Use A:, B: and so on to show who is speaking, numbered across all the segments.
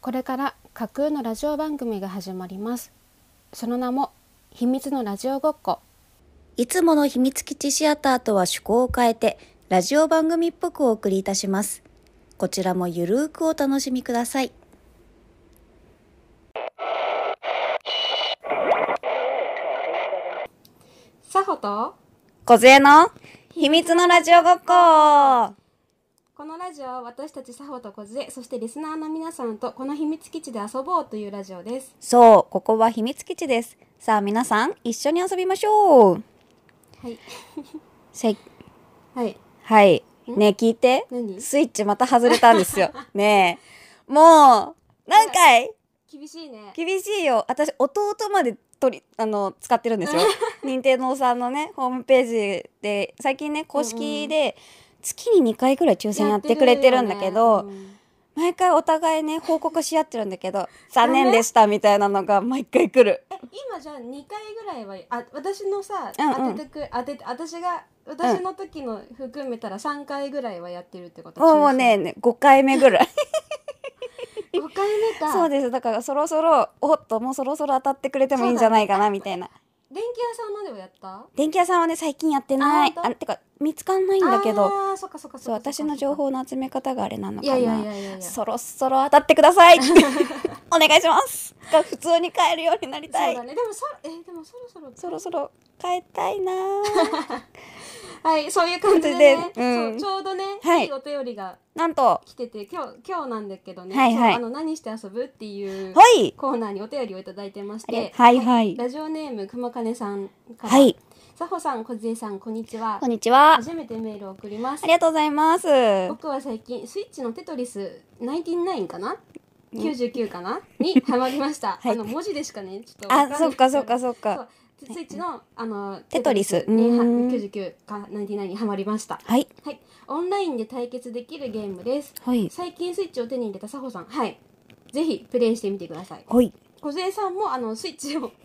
A: これから架空のラジオ番組が始まりますその名も秘密のラジオごっこ
B: いつもの秘密基地シアターとは趣向を変えて、ラジオ番組っぽくお送りいたします。こちらもゆるーくお楽しみください。
A: さほと
B: 小杖の秘密のラジオごっこ
A: このラジオは私たちさほとこずえそしてリスナーの皆さんとこの秘密基地で遊ぼうというラジオです
B: そう、ここは秘密基地です。さあ皆さん、一緒に遊びましょう
A: はい
B: せい
A: はい
B: はい。ねえ聞いて
A: 何。
B: スイッチまた外れたんです よ。ねえ。もう、何回
A: 厳しいね
B: 厳しいよ私弟まで取りあの使ってるんですよ 任天堂さんのねホームページで最近ね公式で月に2回ぐらい抽選やってくれてるんだけ
A: や
B: ど、
A: ってるよね
B: 毎回お互いね報告し合ってるん だけど残念でしたみたいなのが毎回来る
A: うん今じゃあ2回ぐらいはあ私のさ、
B: うんうん
A: 当ててく当てて私が私の時の含めたら3回ぐらいはやってるってこと
B: もうねね5回目ぐらい
A: 5回目か
B: そうですだからそろそろおっともうそろそろ当たってくれてもいいんじゃないかなみたいな
A: 電気屋さんまではやった
B: 電気屋さんはね最近やってない
A: あ
B: あ
A: 本当
B: てか見つかんないんだけど
A: あーそっかそっか
B: そう
A: っかっか
B: 私の情報の集め方があれなの
A: い
B: かな
A: やいやいやいやいやそ
B: そろそろ当たってくださいお願いしますが普通に帰るようになり
A: う
B: たい
A: だねでもそえでもそろそろ
B: そろそろ帰ったいなー
A: はいそういう感じでね
B: 感じでうん
A: そうちょうどね、
B: はい
A: いお便りが
B: なんと
A: 来てて今日今日なんだけどね、
B: はいはい
A: そうあの何して遊ぶっていう
B: はい
A: コーナーにお便りをいただいてまして
B: はいはい
A: ラジオネーム熊金さんから
B: はい
A: さほさん、こずえさん、こんにちは
B: こん。にちは
A: 初めてメールを送ります
B: あり。がとうございます
A: 僕は最近、スイッチのテトリス99かな ?99 かなにハマりました。
B: はい
A: あの、文字でしかね、ちょっとわ
B: あ
A: んない。
B: そっかそっかそっ
A: そ
B: か
A: う。スイッチの、あの、
B: テトリス
A: テには
B: うん
A: 99か99にハマりました。
B: はい
A: はい。オンラインで対決できるゲームです。
B: はい
A: 最近スイッチを手に入れたさほさん。はい。ぜひ、プレイしてみてください。
B: はい
A: 小杉さんもあのスイッチを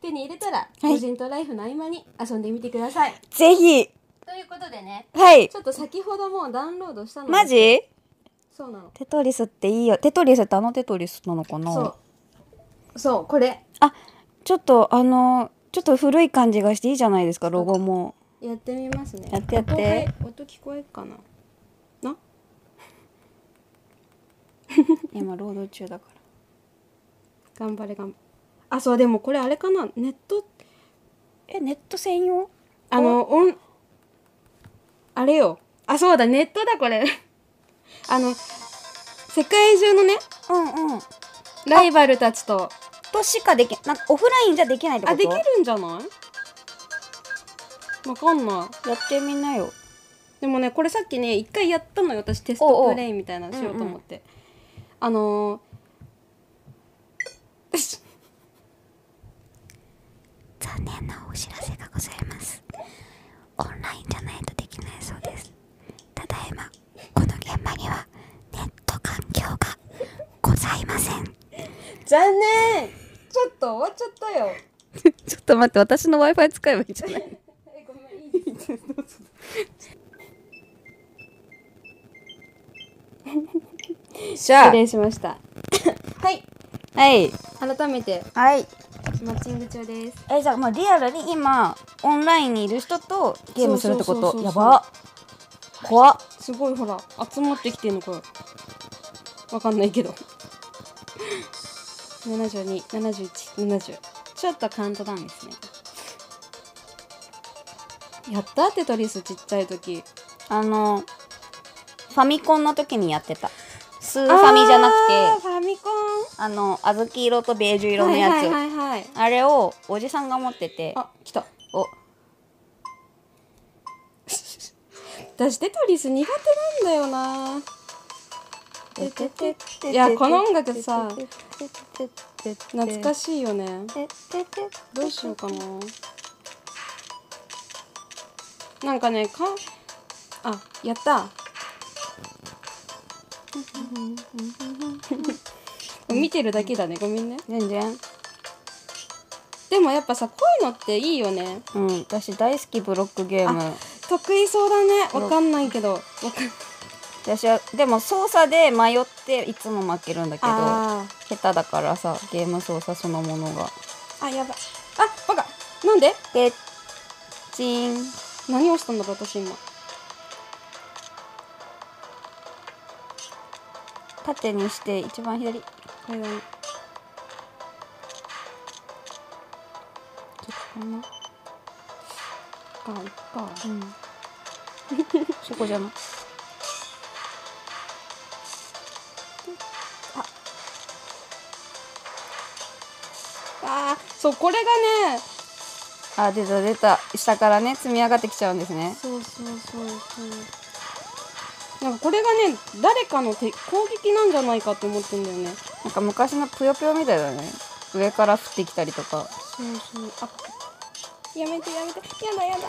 A: 手に入れたら、
B: はい
A: 個人とライフの合間に遊んでみてください。
B: ぜひ
A: ということでね、
B: はい
A: ちょっと先ほどもうダウンロードしたので
B: マジ
A: そうなの。
B: テトリスっていいよテトリスってあのテトリスなのかな
A: そう。そう、これ。
B: あちょっとあのちょっと古い感じがしていいじゃないですかロゴも
A: やってみますね。
B: やってやって
A: 音が。音聞こえっかな。な
B: 今労働中だから
A: 頑張れ頑張れ。あ、そう、でもこれあれかな。ネット、
B: えネット専用
A: あの、オン、あれよ。あ、そうだ、ネットだ、これ。 あの、世界中のね、
B: うんうん
A: ライバルたちと、
B: としかできなんかオフラインじゃできないってこと
A: あできるんじゃないわかんない
B: やってみなよ
A: でもねこれさっきね一回やったのよ私テス
B: おう
A: ト
B: おう
A: プレイみたいなのしようと思ってあのー
B: 残念なお知らせがございますオンラインじゃないとできないそうですただいまこの現場にはネット環境がございません
A: 残念ちょっと終わっちゃったよ
B: ちょっと待って私の Wi-Fi 使えばいいんじゃない
A: えごめんいいです
B: じゃ
A: 失礼しましたはい
B: あはい
A: 改めて
B: はい
A: マッチング中です
B: えじゃあもうリアルに今オンラインにいる人とゲームするってこ
A: そうそうそうそう
B: とやば怖っ
A: すごいほら集まってきてんのこれわかんないけ ど727170ちょっとカウントダウンですねやったテトリスちっちゃい時
B: あのファミコンの時にやってたスーファミじゃなくて
A: あーファミコン
B: あの小豆色とベージュ色のやつ、
A: はいはいはいはい
B: あれをおじさんが持ってて
A: あ来た
B: お
A: 私テトリス苦手なんだよな
B: い
A: いやこの音楽さ懐
B: 懐
A: か
B: い
A: しいよねどうしようかななんかねかあやった 見てるだけだねごめんね
B: 全然
A: でもやっぱさこういうのっていいよね
B: うん私大好きブロックゲーム
A: 得意そうだねわかんないけどわかん
B: 私はでも操作で迷っていつも負けるんだけど
A: あー
B: 下手だからさゲーム操作そのものが
A: あやばいあバカなんで
B: でチーン
A: 何をしたんだろう私今
B: 縦にして一番左
A: これだね
B: ちょっとこんな
A: あいっか
B: うん、そこじゃない
A: あーそうこれがね
B: あ出た出た下からね積み上がってきちゃうんですね
A: そうそうそうそうなんかこれがね誰かの手攻撃なんじゃないかって思ってんだよね
B: なんか昔のぷよぷよみたいだね上から降ってきたりとか
A: そうそうあやめてやめてやだやだ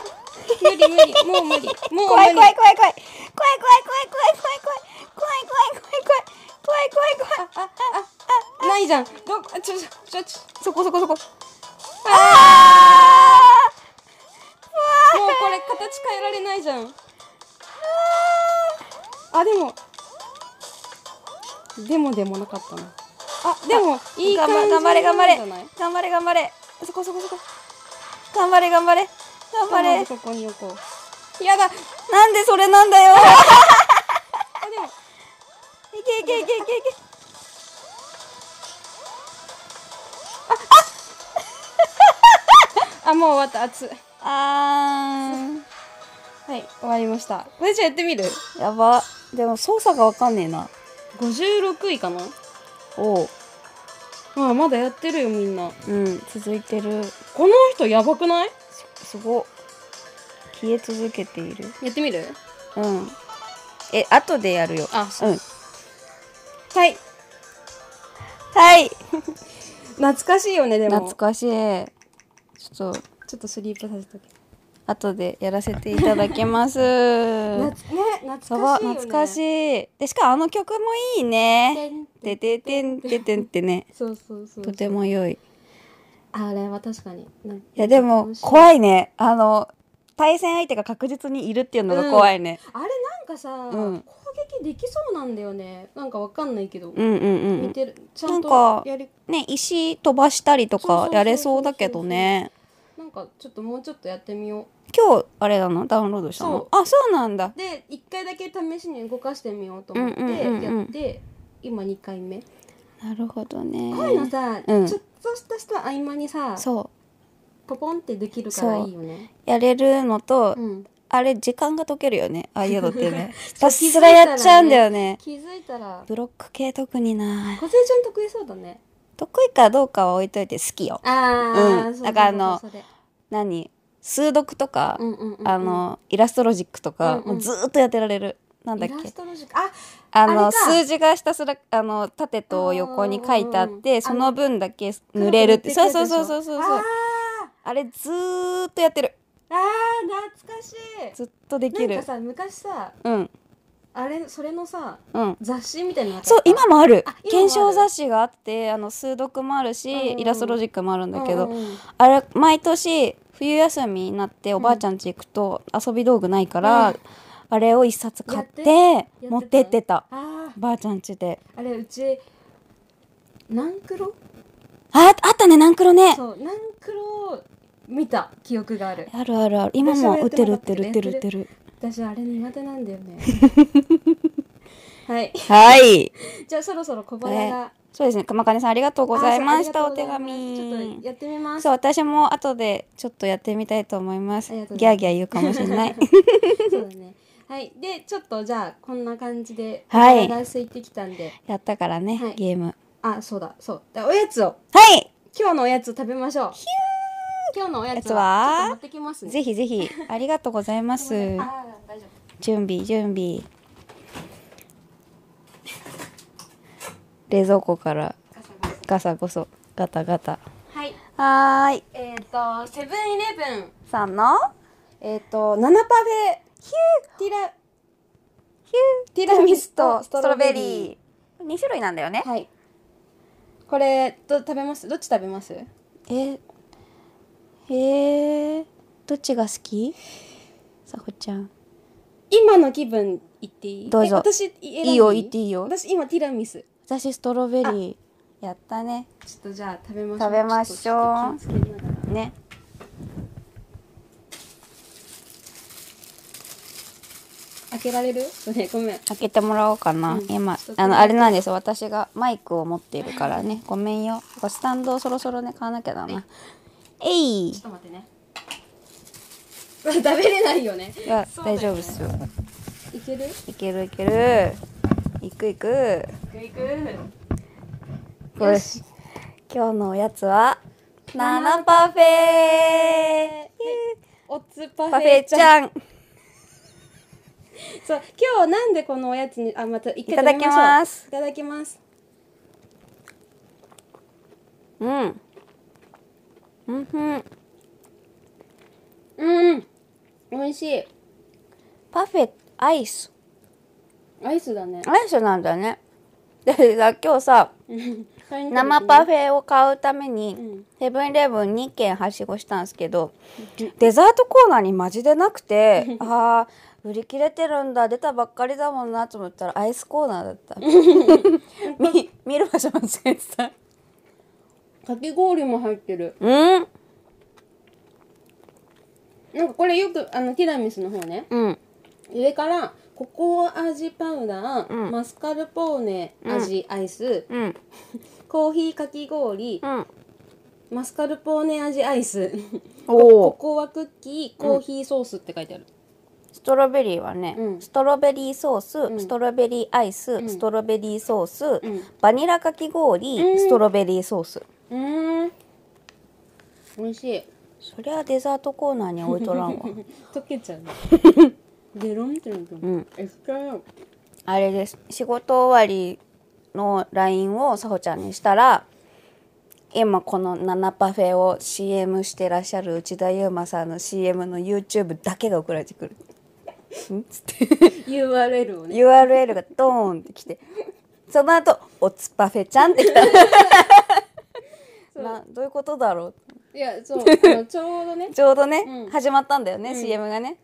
A: 無理無理もう無理もう無理
B: 怖い怖い怖い怖い怖い怖い怖い怖い怖い怖い怖い怖い怖い怖い怖い怖い怖い怖い
A: あああないじゃんどこちょちょちょちょ
B: そこそこそこ
A: あーもうこれ形変えられないじゃんあでもでもでもなかったなあでもいい感じなんじゃ
B: 頑張れ頑張れ
A: ない
B: 頑張れ頑張れそこそこそこ頑張れ頑張れ頑張
A: 頭
B: れ
A: のここに置こうやだあで
B: なんでそれなんだよ
A: も
B: いけいけいけいけいけ
A: あもう終わった熱い
B: あー
A: はい終わりましたこれじゃあやってみる
B: やばでも操作がわかんねえな
A: 56位かな
B: おう
A: あまだやってるよみんな
B: うん続いてる
A: この人やばくない
B: すごっ消え続けている
A: やってみる
B: うんえ後でやるよ
A: あそう
B: うん
A: はい
B: はい
A: 懐かしいよねでも
B: 懐かしいちょっと
A: ちょっとスリープさせとけ
B: 後でやらせていただき ます
A: なね懐かしい
B: そ
A: よ
B: ば
A: ね
B: 懐かしいでしかもあの曲もいいね
A: てん
B: てててんててんってね
A: そうそうそう
B: とても良い
A: あれは確かにい
B: いやでも怖いねあの対戦相手が確実にいるっていうのが怖いね、
A: あれなんかさ、
B: うん
A: 攻撃できそうなんだよねなんかわかんないけど、
B: うん、うんうんう
A: 見
B: ん
A: てるちゃん
B: なん
A: と
B: か
A: やり
B: ね石飛ばしたりと
A: そうそうそう
B: か
A: そう
B: やれそうだけどね
A: なんかちょっともうちょっとやってみよ
B: 今日あれだなダウンロードしたのあそうなんだ
A: うで一回だけ試しに動かしてみようと思って
B: うんうんうんうん
A: やって今二回目
B: なるほどね
A: こういうのさ、
B: うん
A: ちょっとしたした合間にさ
B: そう
A: ポポンってできるからいいよね
B: やれるのと、
A: うん
B: あれ時間が解けるよねああいうのっ てねひたすらやっちゃうんだよね
A: 気づいたら
B: ブロック系特にな
A: 小杉ちゃん得意そうだね
B: 得意かどうかは置いといて好きよ
A: ああ、
B: うん
A: そう
B: だからあ
A: そう
B: の
A: そうそれ
B: 何数読とか、
A: うんうんうんうん
B: あのイラストロジックと
A: う
B: か、
A: んうん
B: もうずーっとやってられるなんだっ
A: イラ
B: け
A: ストロジックあ
B: あ
A: あ
B: の
A: れか
B: 数字がひたすらあの縦と横に書いてあっ
A: うんうんうんう
B: て
A: ん
B: その分だけ濡れるって
A: 黒
B: そう
A: く塗
B: そう
A: ってく
B: そ
A: やつ
B: う
A: でしょ
B: そうそう
A: あ
B: あれずーっとやってる
A: ーあー懐かし
B: ずっとで
A: い
B: き
A: なん
B: る
A: かさ昔さ
B: うん
A: あれそれのさ
B: うん
A: 雑誌みたいなのなかった
B: そう今もある
A: あ今もある
B: 検証雑誌があってあの数読もあるし、
A: うんうん
B: イラストロジックもあるんだけど、
A: うんうんうん
B: あれ毎年冬休みになっておばあちゃん家行くと遊び道具ないから、
A: うん
B: あれを一冊買って
A: やって
B: 持ってってた
A: あ
B: ばあちゃん家で
A: ーあれうち何クロ
B: ああったねナンクロね
A: そう何クロ見た記憶がある
B: あるあるある今
A: 私も
B: も
A: やっ
B: 売っててる売
A: もら
B: っ
A: って
B: て
A: る
B: る売ってる売ってる
A: 私あれ苦手なんだよ ねはい
B: はい
A: じゃあそろそろ小腹が
B: そうですね熊金さんありがとうございました
A: あ
B: お
A: そうあり
B: 手
A: がとうございますちょっと
B: 紙
A: やってみます
B: そう私も後でちょっとやってみたいと思います
A: ありがとうご
B: ギ
A: ざ
B: ャ
A: います
B: ーギャー言うかもしれ ない
A: そうだね。はい。で、ちょっとじゃあ、こんな感じで、
B: はい
A: お腹が空いてきたんで、
B: やったからね、
A: はい
B: ゲーム
A: あ、そうだ、そう。だおやつを、
B: はい
A: 今日のおやつを食べましょう。今日のおやつは、ちょっと持
B: やつは
A: ってきますね。
B: ぜひぜひありがとうございます
A: あー大丈
B: 準備準備冷蔵庫から
A: 夫ガサガサ
B: ガサゴソガタガタ
A: はい。
B: はーい
A: えっ、ー、と、セブンイレブン、
B: さんの
A: えっ、ー、と、7パフェ、ヒューティラ、
B: ヒュー
A: ティラミスと
B: ストロベ
A: ストロベリ
B: リー2種類なんだよね、
A: はい。これ、ど、食べますどっち食べます
B: えへえどっちが好きさほちゃん
A: 今の気分言っていい
B: どうぞ
A: え私選んでい
B: いいよ言っていいよ
A: 私今ティラミス
B: 私ストロベリーやったね
A: ちょっとじゃあ食べましょう
B: 食べましょう
A: ちょっと気をつけながら
B: ね
A: 開けられるねごめん
B: 開けてもらおうかな、
A: うん
B: 今
A: ちょっと
B: あのあれなんです私がマイクを持っているからねごめんよこれスタンドをそろそろね買わなきゃだなえい
A: ちょっと待ってね。食べれないよね。
B: いや
A: そうだ
B: 大
A: よね
B: 丈夫っすよ
A: いける？
B: いけるいけるいくいく
A: いくい
B: これ今日のおやつはナナパフェ
A: おつパフ
B: パフェ
A: ェ
B: ち
A: ちゃん。
B: ゃん
A: そう今日なんでこのおやつにあまた一回
B: いただきます
A: 食べましょういただきます。
B: うんうんうん
A: うん。美味しい。
B: パフェアイス
A: アイスだね。
B: アイスなんだねだってさ今日さ 生パ
A: フ
B: フェを買うために、
A: うん
B: セブンイレブン2軒はしごしたんですけどデザートコーナーにマジでなくてあー売り切れてるんだ出たばっかりだもんなと思ったらアイスコーナーだったみ見る場所間違えてた
A: かき氷も入ってる。
B: うん
A: なんかこれよくあのティラミスの方ね。
B: うん
A: 上からココア味パウダー、
B: うん
A: マスカルポーネ味アイス、
B: うん
A: コーヒーかき氷、
B: うん
A: マスカルポーネ味アイス
B: お
A: コ
B: お
A: コアクッキーコーヒーソースって書いてある、
B: ストロベリーはね、
A: うん
B: ストロベリーソース、
A: ん
B: ストロベリーアイス、ストロベリーソース、
A: ん
B: バニラかき氷、
A: うん
B: ストロベリーソース
A: うーん美味しい
B: そりゃデザートコーナーに置いとらんわ
A: 溶けちゃうね デロンってなってる
B: うん
A: えっと
B: あれです仕事終わりの LINE をさほちゃんにしたら今この「ナナパフェ」を CM してらっしゃる内田悠馬さんの CM の YouTube だけが送られてくる。んつって
A: URL をね
B: URL がドーンってきてその後おつパフェちゃん」ってきた
A: そう
B: などういうことだろう
A: いや そうあのちょうどね
B: ちょうどね、
A: うん
B: 始まったんだよね、CM がね。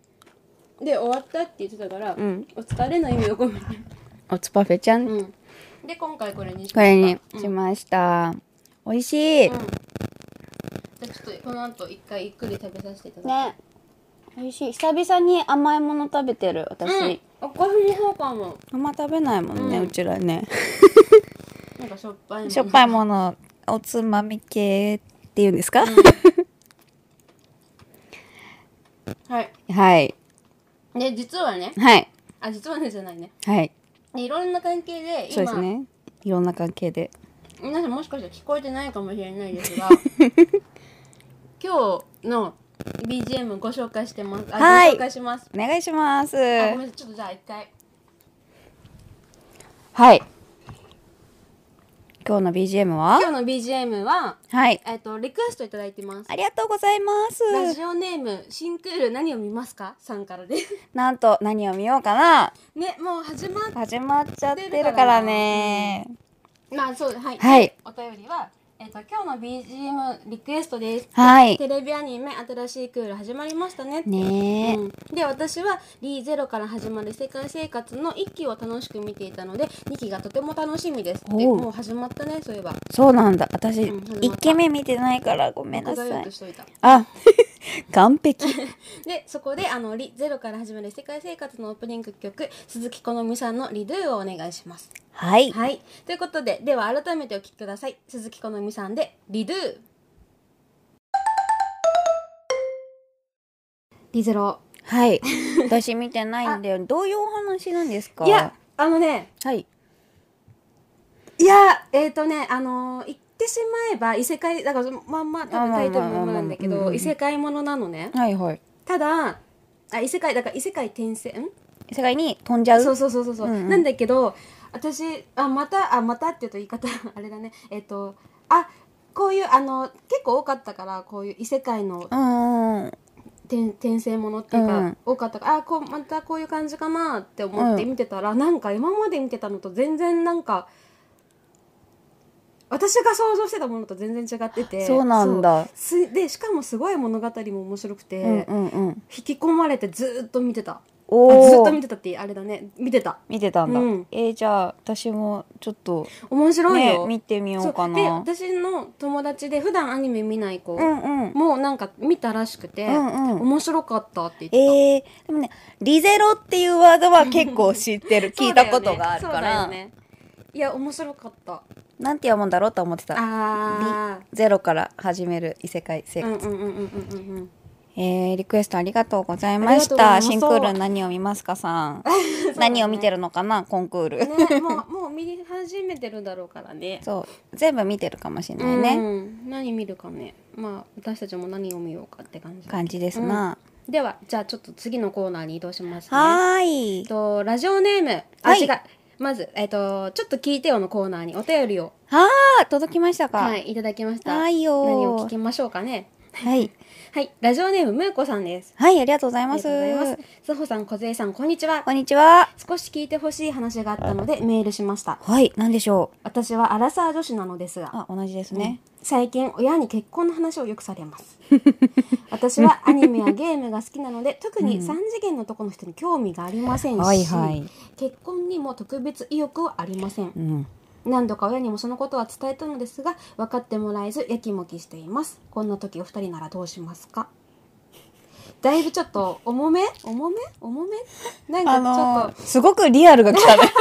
A: で終わったって言ってたから、
B: ん
A: お疲れの意味を込めて、
B: おつパフェちゃん、
A: うん、で今回これにし
B: こ
A: ました
B: れにしました。美味しい、
A: うんじゃあちょっとこの後一回ゆっくり食べさせていただきます
B: ね美味しい久々に甘いもの食べてる私、
A: うん、おコーヒーそうかも
B: あんま食べないもんね、う
A: うん
B: ちらね
A: なんかしょっぱいもん
B: しょっぱいものおつまみ系っていうんですか、
A: はい
B: はい
A: で実はね
B: はい
A: あ実はねじゃないね
B: はい
A: でいろんな関係で
B: そう
A: 今
B: ですねいろんな関係で
A: 皆さんもしかしたら聞こえてないかもしれないです が今日の BGM をご紹介してますあ、
B: はい
A: ご紹介します
B: お願いします
A: あごめんなさいちょっとじゃあ一回
B: はい今日の BGM は
A: 今日の BGM は
B: はい
A: えっとリクエストいただいてます
B: ありがとうございます
A: ラジオネームシンクール何を見ますかさんからです
B: なんと何を見ようかな
A: ねもう始まっ
B: 始まっちゃってるからね
A: まあそうはい、
B: はい
A: お便りはえっ、と今日の BGM リクエストです
B: はい
A: テレビアニメ「新しいクール」始まりましたねって
B: ねえ、
A: うん、で私は「リーゼロから始まる世界生活」の1期を楽しく見ていたので2期がとても楽しみですって
B: おう
A: もう始まったねそういえば
B: そうなんだ私
A: うん始まった
B: 一軒目見てないからごめんな
A: 僕
B: さ
A: が
B: い
A: 言うとしといた
B: あ 完璧
A: でそこであの「リゼロから始まる世界生活」のオープニング曲鈴木好美さんの「リドゥ」をお願いします
B: はい
A: はいということででは改めてお聴きください鈴木好美さんで「リドゥ」リゼロ
B: はい私見てないんだよどういうお話なんですか
A: いやあのね
B: はい
A: いやえっ、ー、とねあのー言ってしまえば異世界だからまんま多分タイトルのままなんだけ
B: あまあまあまあまあ
A: ど
B: うん
A: 異世界ものなのね
B: はいはい
A: ただあ異世界だから異世界転生ん
B: 世界に飛んじゃう
A: そうそうそうそうそう、
B: うんうん
A: なんだけど私あまたあまたって言うと言い方 あれだねえっ、とあこういうあの結構多かったからこういう異世界の
B: うんうん
A: 転転生ものっていうか、
B: うん
A: 多かったからあこうまたこういう感じかなって思って見てたら、なんか今まで見てたのと全然なんか私が想像してたものと全然違ってて
B: そうなんだ
A: そうすでしかもすごい物語も面白くて、
B: うんうんうん
A: 引き込まれてずーっと見てたあ
B: おお
A: ずっと見てたってあれだね見てた
B: 見てたんだ、
A: うん
B: えーじゃあ私もちょっと
A: 面白い
B: ね
A: よ、
B: 見てみようか
A: そ
B: な
A: で私の友達で普段アニメ見ない子、
B: うんうん
A: もうなんか見たらしくて、
B: うんうん
A: 面白かったって言ってた、
B: えー、でもね「リゼロ」っていうワードは結構知っ てる聞いたことがあるか
A: そうだよね
B: ら、
A: そうだよねいや面白かった
B: なんて読むんだろうと思ってた
A: あ
B: 「ゼロ」から始める異世界生
A: ーうん
B: 活、
A: うんうんうんうんうん
B: えー、リクエストありがとうございまし
A: ありがと
B: た
A: うございます
B: シンクール何を見ますかさん、 何を見てるのかなコンクール、
A: ね、もうも う見始めてるだろうからね。
B: そう全部見てるかもしれないね、
A: うん、何見るかね。まあ私たちも何を見ようかって感じ。
B: 感じですな、
A: ではじゃあちょっと次のコーナーに移動しますね。
B: はー
A: えっ
B: い
A: とラジオネーム、あ、
B: はい
A: 違う。まずえっとちょっと聞いてよのコーナーにお便りを
B: はあ届きましたか
A: はいいただきました。
B: はいよー
A: 何を聞きましょうかね。
B: はい、
A: はいラジオネームむーこさんです。
B: はい、ありがとうござい
A: あ
B: ま
A: りが
B: す
A: とうございます。すほさん、こずえさん、こんにちは
B: こ。んにちは
A: 少し聞いてほしい話があったのでメールしました。
B: はい何でしょう
A: 私はアラサー女子なのですが、
B: あ同じですね、
A: 最近親に結婚の話をよくされます 私はアニメやゲームが好きなので特に3次元のとこの人に興味がありませんし、
B: はいはい
A: 結婚にも特別意欲はありません、
B: うん
A: 何度か親にもそのことは伝えたのですが分かってもらえずやきもきしていますこんな時お二人ならどうしますかだいぶちょっと重め重め重めなん
B: あ
A: か
B: の
A: ち
B: ー、すごくリアルが来た ね、
A: ょっと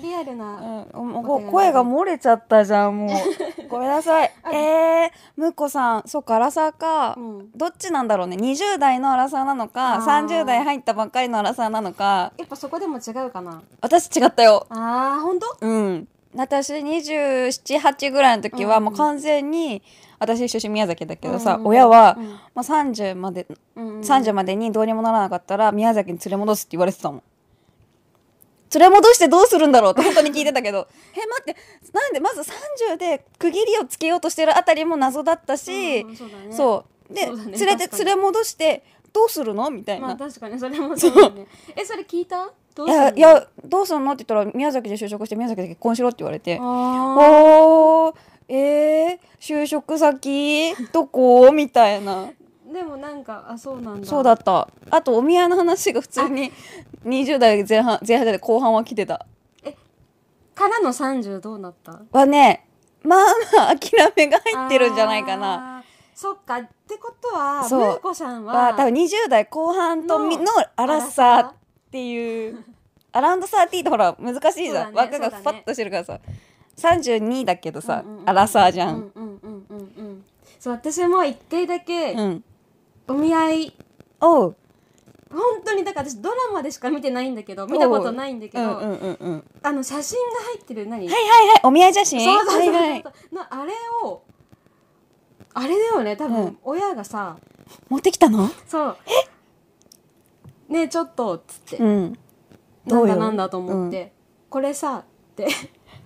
A: リアルな、
B: うん、もう声が漏れちゃったじゃんも うごめんなさいえー、むっこさんそっかアラサーか、
A: うん
B: どっちなんだろうね20代のアラサーなのか
A: あー
B: 30代入ったばっかりのアラサーなのか
A: やっぱそこでも違うかな
B: 私違ったよ
A: あー本当
B: うん私278ぐらいの時はもう完全に、私出身宮崎だけどさ、
A: うんうん
B: 親は、
A: うん
B: まあ、30まで、
A: うんうんうん
B: 30までにどうにもならなかったら宮崎に連れ戻すって言われてたもん連れ戻してどうするんだろうって本当に聞いてたけど え待ってなんでまず30で区切りをつけようとしてるあたりも謎だったし、
A: うんそうだね
B: そうで
A: そうだね
B: 連れ
A: 確
B: て
A: かに
B: 連れ戻してどうするのみたいな、
A: まあ確かにそれもそうだよね。えそれ聞いた？どう
B: い
A: する
B: や
A: の
B: い、やどうするのって言ったら宮崎で就職して宮崎で結婚しろって言われて
A: あ
B: おーえー、就職先どこみたいな
A: ーでもなんかあそうなんだ。
B: そうだったあとお見合いの話が普通に20代前半前半代後半は来てた
A: からの三十どうなった？
B: はねまあまあ諦めが入ってるんじゃないかな
A: あー。そっかってことは
B: そう
A: むーこさんは
B: は多分20代後半とみ
A: の
B: のアラサーっていうアラウンドサーティーってほら難しいじゃん、
A: そうだね
B: 若が
A: そう
B: ふ
A: だ
B: わ
A: ね
B: っとしてるからさ32だけどさ、
A: うんうんうん
B: アラサーじゃ、
A: うんんうんうんうんうん。そう私も一回だけ
B: うん、
A: お見合い。
B: おう
A: 本当にだから私ドラマでしか見てないんだけど見たことないんだけ
B: う
A: ど、
B: んうんうんうんはい
A: あの写真が入ってる何、
B: はいはいお見合い写真
A: そうそうそうそう、
B: はいはい
A: のあれをあれだよね多
B: う
A: 分
B: ん
A: 親がさ、
B: 持ってきたの
A: そうねえちょっとっつって、
B: うん
A: な
B: ど
A: ん
B: う
A: だ
B: よ
A: なんだと思って、これさって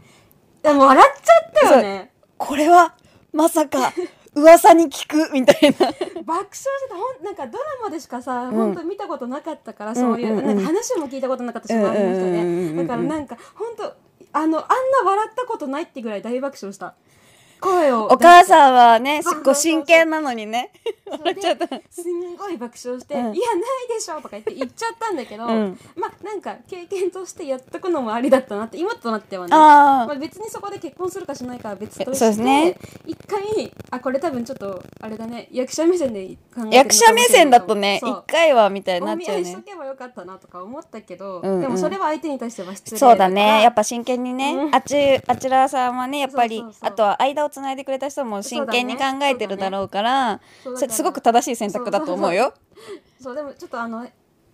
A: でも笑っちゃったよね
B: これはまさか噂に聞くみたいな
A: 爆笑してたほんなんかドラマでしかさ、
B: ん
A: 本当見たことなかったからそういう,、
B: うんうん
A: な
B: うん
A: んか話も聞いたことなかったし、
B: うんうんうん
A: 周りの人
B: うんうんう
A: ね
B: ん
A: だからなんか本当あのあんな笑ったことないってぐらい大爆笑した声を
B: お母さんはね
A: そうそうそう
B: ご真剣なのにね
A: そ
B: 笑
A: れ
B: っちゃった
A: ですんごい爆笑して「
B: うん
A: いやないでしょ」とか言って言っちゃったんだけど、
B: うん
A: まあなんか経験としてやっとくのもありだったなって今となってはね
B: あ
A: まあ、別にそこで結婚するかしないかは別として
B: そうですね
A: 一回あこれ多分ちょっとあれだね役者目線で考えてるのかもしれない
B: 役者目線だとね
A: そう
B: 一回はみたいにな
A: お
B: っ
A: 見
B: ちゃ
A: 合
B: う
A: いし
B: ね
A: とけばよかったなとか思ったけど、
B: うんうん
A: でもそれは相手に対しては失礼
B: そうだ
A: から
B: ねやっぱ真剣にね、
A: うん
B: あちあちらさんはねやっぱり
A: そうそうそう
B: あとは間をつないでくれた人も真剣に考えてるだろうから
A: そ
B: そう
A: だねそうだね
B: れすごく正しい選択だと思うよ。
A: そうでもちょっとあの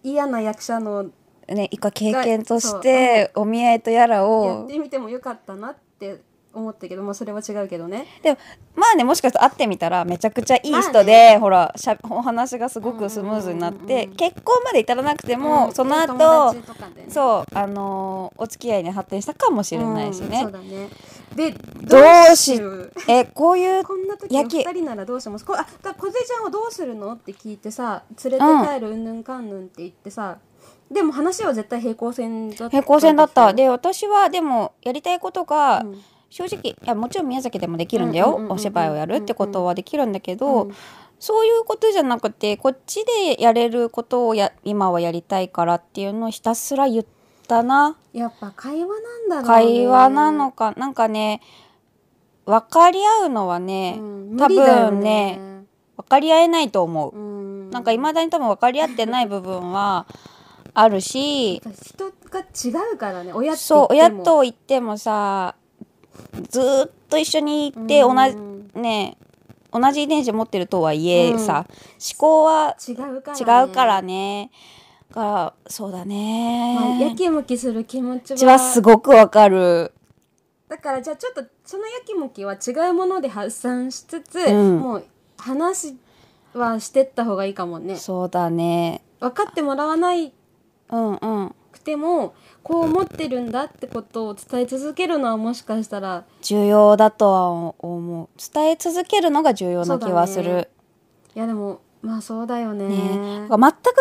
A: 嫌な役者の
B: ね、一回経験とし
A: が
B: てお見合いとやら
A: やっ
B: を
A: てみてもよかったなって思ったけどまあそれは違うけどね
B: でもまあねもしかしたら会ってみたらめちゃくちゃいい
A: まあ
B: 人で、ほらしゃお話がすごくスムーズになっ
A: うんうんうんう
B: て
A: ん
B: 結婚まで至らなくても、
A: ん
B: その
A: 友
B: 後
A: 達とかでね
B: そうあのーお付き合いに発展したかもしれないし
A: うん
B: ね
A: そう。だね。で、
B: どうし
A: どうし
B: えこ ういう
A: こんな時お
B: 焼き
A: 二人ならどうしますこあ、だ小杉ちゃんはどうするのって聞いてさ、連れて帰るうんぬんかんぬんって言ってさ、でも話は絶対平行線だった。
B: 平行線だった。、で私はでもやりたいことが、
A: うん
B: 正直いやもちろん宮崎でもできるんだよ、
A: うんうんうんうん
B: お芝居をやるってことはできるんだけど、
A: うん
B: そういうことじゃなくてこっちでやれることをや今はやりたいからっていうのをひたすら言ったな
A: やっぱ会話なんだろうね
B: 会話なのかなんかね分かり合うのはね、
A: うん
B: 多
A: 無理だよ
B: 分ね分かり合えないと思う
A: う、ん
B: なんかいまだに多分分かり合ってない部分はあるし
A: やっぱ人が違うからね親って
B: そう
A: 言
B: 親
A: っても
B: と言ってもさずーっと一緒にいて同じ
A: うん
B: ね同じ遺伝子持ってるとはいえ
A: うん
B: さ、思考は
A: 違うから、
B: 違うからねだからそうだ
A: まあや
B: ね
A: きもきする気持ち
B: う
A: は
B: ちはすごくわかる
A: だからじゃあちょっとそのやきもきは違うもので発散しつつ、
B: ん
A: もう話はしてった方がいいかもね
B: そうだね
A: 分かってもらわない
B: うんうん
A: くてもこう思ってるんだってことを伝え続けるのはもしかしたら
B: 重要だとは思う伝え続けるのが重要な気はする
A: いやでもまあそうだよね
B: ね、全く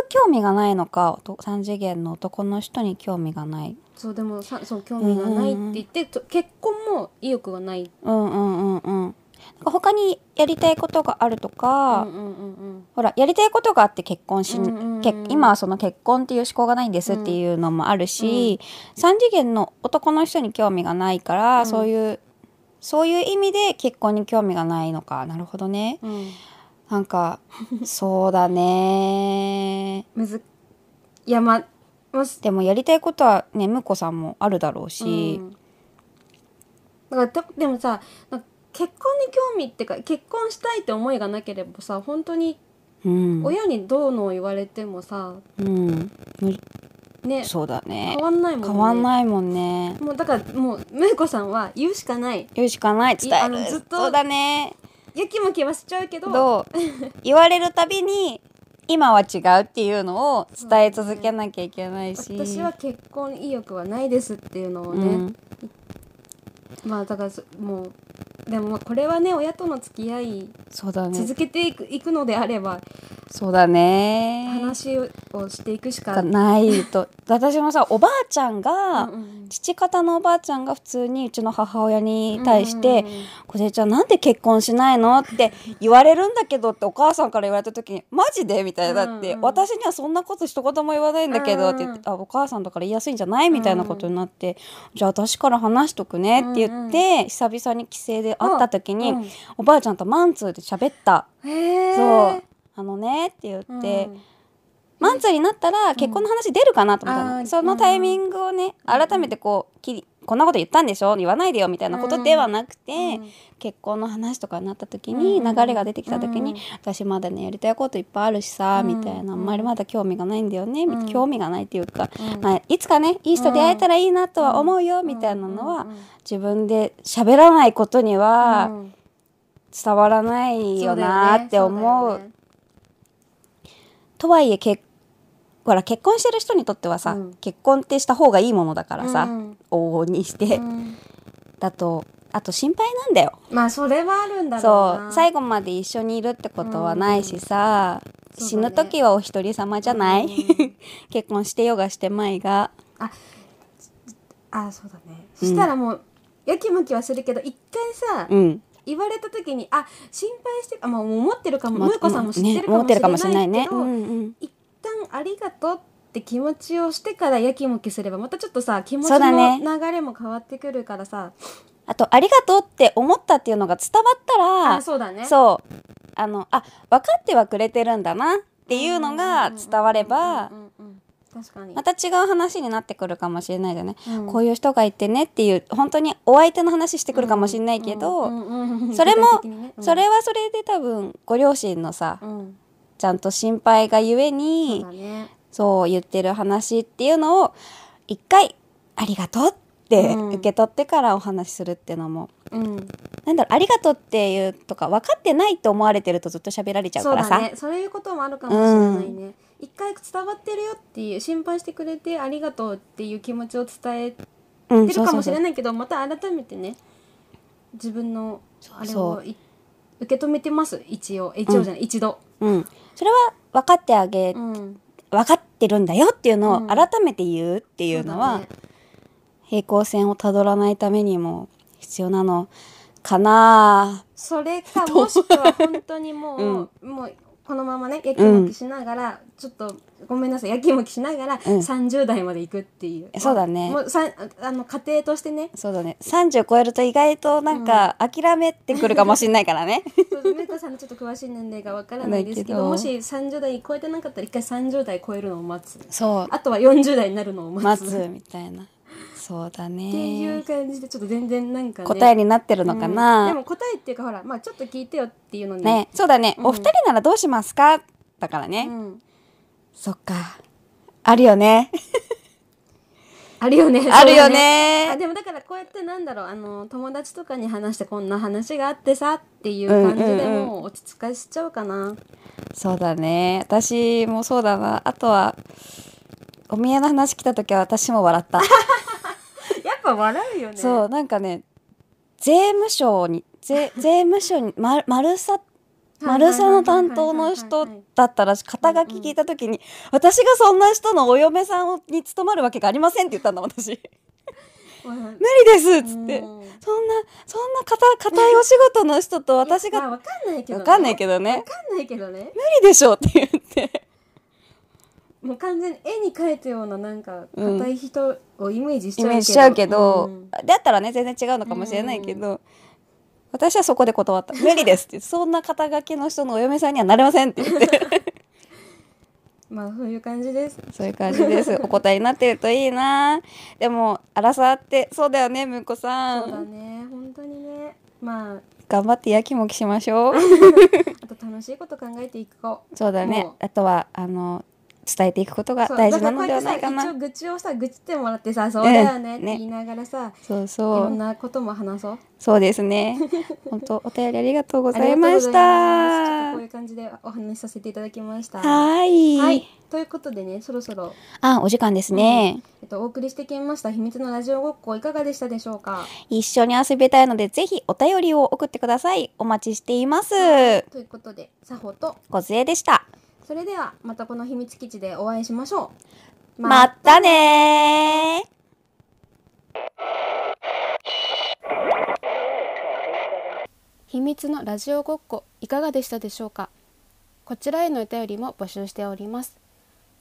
B: 興味がないのか3次元の男の人に興味がない
A: そうでもさそう興味がないって言って、と結婚も意欲がない
B: うんうんうんうんなんか他にやりたいことがあるとか、
A: うんうんうんうん
B: ほらやりたいことがあって結婚し、
A: うんうんうん
B: け今はその結婚っていう思考がないんですっていうのもあるし、三次元の男の人に興味がないから、
A: うん
B: そういうそういう意味で結婚に興味がないのかなるほどね
A: うん
B: な んかそうだね
A: むずいやまもし
B: でもやりたいことはね向こさんもあるだろうし
A: う、んだからたでもさなんか結婚に興味ってか結婚したいって思いがなければさ本当に
B: うん
A: 親にどうのを言われてもさ、
B: うん、無理
A: ね
B: そうだね
A: 変わんないもんね
B: 変わんないもんね
A: もうだからもうむいこさんは言うしかない
B: 言うしかない伝え
A: いあのずっ
B: る
A: と
B: そうだね
A: やきもきはしちゃうけど
B: どう言われるたびに今は違うっていうのを伝え続けなきゃいけないし、
A: 私は結婚意欲はないですっていうのをね、
B: うん
A: まあだからそもうでもまあこれはね親との付き合い
B: そうだね
A: 続けていく,、いくのであれば
B: そうだね
A: 話をしていくし
B: が
A: か
B: ないと私もさおばあちゃんが、
A: うんうん
B: 父方のおばあちゃんが普通にうちの母親に対して
A: うんうんうん
B: 「小ちゃんなんで結婚しないの?」って言われるんだけどってお母さんから言われた時に「マジで?」みたいなだって、
A: うんうん
B: 私にはそんなこと一言も言わないんだけど」って言って「あお母さんだから言いやすいんじゃない?」みたいなことになって「じゃあ私から話しとくね」って言って、久々に帰省で会った時に、
A: うん
B: おばあちゃんとマンツーで喋った。
A: へえ
B: そうあのねって言って、マンツーになったら結婚の話出るかなと思ったの、
A: あー
B: そのタイミングをね改めてこうきりこんなこと言ったんでしょ言わないでよみたいなことではなくて、
A: うん
B: 結婚の話とかになった時に、
A: うんうん
B: 流れが出てきた時に、
A: うん
B: 私まだねやりたいこといっぱいあるしさ、
A: うん
B: みたいなあんまりまだ興味がないんだよね、
A: うん
B: 興味がないっていうか、
A: うん
B: まあ、いつかねいい人出会えたらいいなとは思うよ、
A: うん
B: みたいなのは、
A: うんうんうん
B: 自分で喋らないことに
A: う
B: は
A: ん
B: 伝わらないよなって思う。とはいえ結ほら結婚してる人にとってはさ、
A: うん
B: 結婚ってした方がいいものだからさ、
A: うん
B: 往々にし
A: そ
B: て、
A: うだよねそうだよね
B: だとあと心配なんだよ
A: うんまあそれはあるんだろう
B: そ
A: な
B: う最後まで一緒にいるってことはないしさ、
A: うん
B: 死ぬ時はお一人様じゃな
A: う
B: い、
A: ん
B: 結婚してようがしてまいが
A: あそうだねそしたらもうやきもきはするけど一回さ、
B: うん
A: 言われた時にあ心配してあまあ思ってるかも
B: ま
A: むいこさんも知ってるかも
B: ね思ってるかも
A: し
B: し
A: れ
B: れ
A: な
B: ないい
A: け
B: ね、
A: ど、
B: うんうん、
A: 一旦ありがとうって気持ちをしてからやきもきすればまたちょっとさ気持ち
B: そうだ
A: の
B: ね
A: 流れも変わってくるからさ
B: あと「ありがとう」って思ったっていうのが伝わったら
A: あそうだね
B: そうあのあ分かってはくれてるんだなっていうのが伝われば
A: うんうんうんうん確かに
B: また違う話になってくるかもしれないじゃない、
A: うん
B: こういう人がいてねっていう本当にお相手の話してくるかもしれないけど、それもそれはそれで多分ご両親のさ、
A: うん
B: ちゃんと心配がゆえ
A: そう
B: に
A: だね
B: そう,、言ってる話っていうのを一回「ありがとう」って
A: うん
B: 受け取ってからお話しするっていうのも、
A: うん
B: なんだろう「ありがとう」っていうとか分かってないと思われてるとずっと喋られちゃう
A: そ
B: か
A: う
B: ら
A: だ
B: さ、
A: ねそういうこともあるかもしれないね、一回伝わってるよっていう心配してくれてありがとうっていう気持ちを伝えて
B: うん
A: るかもしれ
B: い
A: ないけど、また改めてね自分のあれ
B: そ
A: を
B: う
A: い受け止めてます一応一応じゃない、一度、
B: うん、それは分かってあげ
A: うん、
B: 分かってるんだよっていうの
A: うん
B: を改めて言うっていうの
A: そ
B: は、
A: うだね
B: 平行線をたどらないためにも必要なのかな
A: それ かもしくは本当にもう、もうこのままねやきもきしながら、ちょっとごめんなさいやきもきしながら30代まで行くっていう、
B: そうだね
A: もうさあの家庭としてね
B: そうだね30超えると意外となんか諦めてくるかもしんないか らね
A: 梅子さんのちょっと詳しい年齢がわからないですけど
B: ないけど
A: もし30代超えてなかったら一回30代超えるのを待つ
B: そ
A: あとは40代になるのを
B: う
A: 待
B: 待
A: つ
B: つみたいなそうだ
A: っていう
B: ね
A: 感じでちょっと全然なんか、ね、
B: 答えになってるのか
A: うん
B: な、
A: でも答えっていうかほらまあちょっと聞いてよっていうのに
B: ねそうだね、
A: うん
B: お二人ならどうしますかだからね、
A: うん、
B: そっかあるよ ね
A: あるよね
B: あるよ
A: あ
B: ね
A: でもだからこうやってなんだろうあの友達とかに話してこんな話があってさっていう感じで
B: うんうんうん
A: もう落ち着かしちゃうかな、
B: そうだね私もそうだなあとはお見合いの話来た時は私も笑った、
A: やっぱ笑うよね
B: そうなんかね税務署に税税務署にま丸さ
A: はいはいはいはいはいはい
B: 丸さの担当の人だったらし肩書き聞いた時に私がそんな人のお嫁さんに勤まるわけがありませんって言ったんだ私
A: うん
B: 無理です
A: う
B: っつって
A: ん
B: そんなそんな堅堅いお仕事の人と私
A: まあ
B: が
A: わかんないけど、
B: わかんない
A: ど
B: けどね
A: わかんないけどね
B: 無理でしょうって言って
A: もう完全に絵に描いたようななんか硬い人をイメージしちゃうけ
B: イ
A: ど、
B: メージしちゃうけど、
A: ん
B: だったらね全然違うのかもしれないけど、私はそこで断った無理ですってそんな肩書きの人のお嫁さんにはなれませんって言って
A: まあそういう感じです
B: そういう感じですお答えになってるといいなでも荒さってそうだよねむこさ
A: そうだ
B: ん、
A: ね本当にねまあ
B: 頑張ってやきもきしまし ょう
A: あと楽しいこと考えていこう
B: そうだね
A: もう
B: あとはあの伝えていくことが
A: そう
B: 大事なのではな
A: だ
B: い
A: か
B: か
A: こ
B: ら
A: うや
B: な
A: ってさ一応愚痴をさ愚痴ってもらってさそうだよね
B: う
A: っ
B: ん
A: て
B: ね
A: 言いながらさ、
B: そう
A: い
B: そ
A: ろん
B: う
A: なことも話そう
B: そうですね 本当お便りありがとうご
A: あ
B: ざ
A: り
B: い
A: がとう
B: ま
A: ご
B: し
A: ざいますちょっとこ
B: た
A: ういう感じでお話しさせていただきました
B: はーい、
A: はいということでねそろそろ、
B: あお時間ですね、
A: えっと、お送りしてきました秘密のラジオごっこいかがでしたでしょうか
B: 一緒に遊びたいので、ぜひお便りを送ってください。お待ちしています。
A: ということで作法と
B: ごずえでした。
A: それではまたこの秘密基地でお会いしましょう
B: まったねー。
C: 秘密のラジオごっこいかがでしたでしょうかこちらへのお便りも募集しております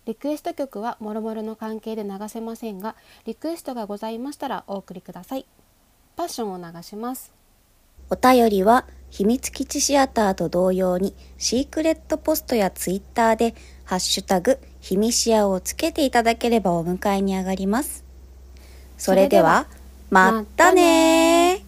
C: リクエスト曲はもろもろの関係で流せませんがリクエストがございましたらお送りくださいパッションを流します
D: お便りは秘密基地シアターと同様にシークレットポストやツイッターでハッシュタグ秘密シアをつけていただければお迎えに上がります。それでは、まったねー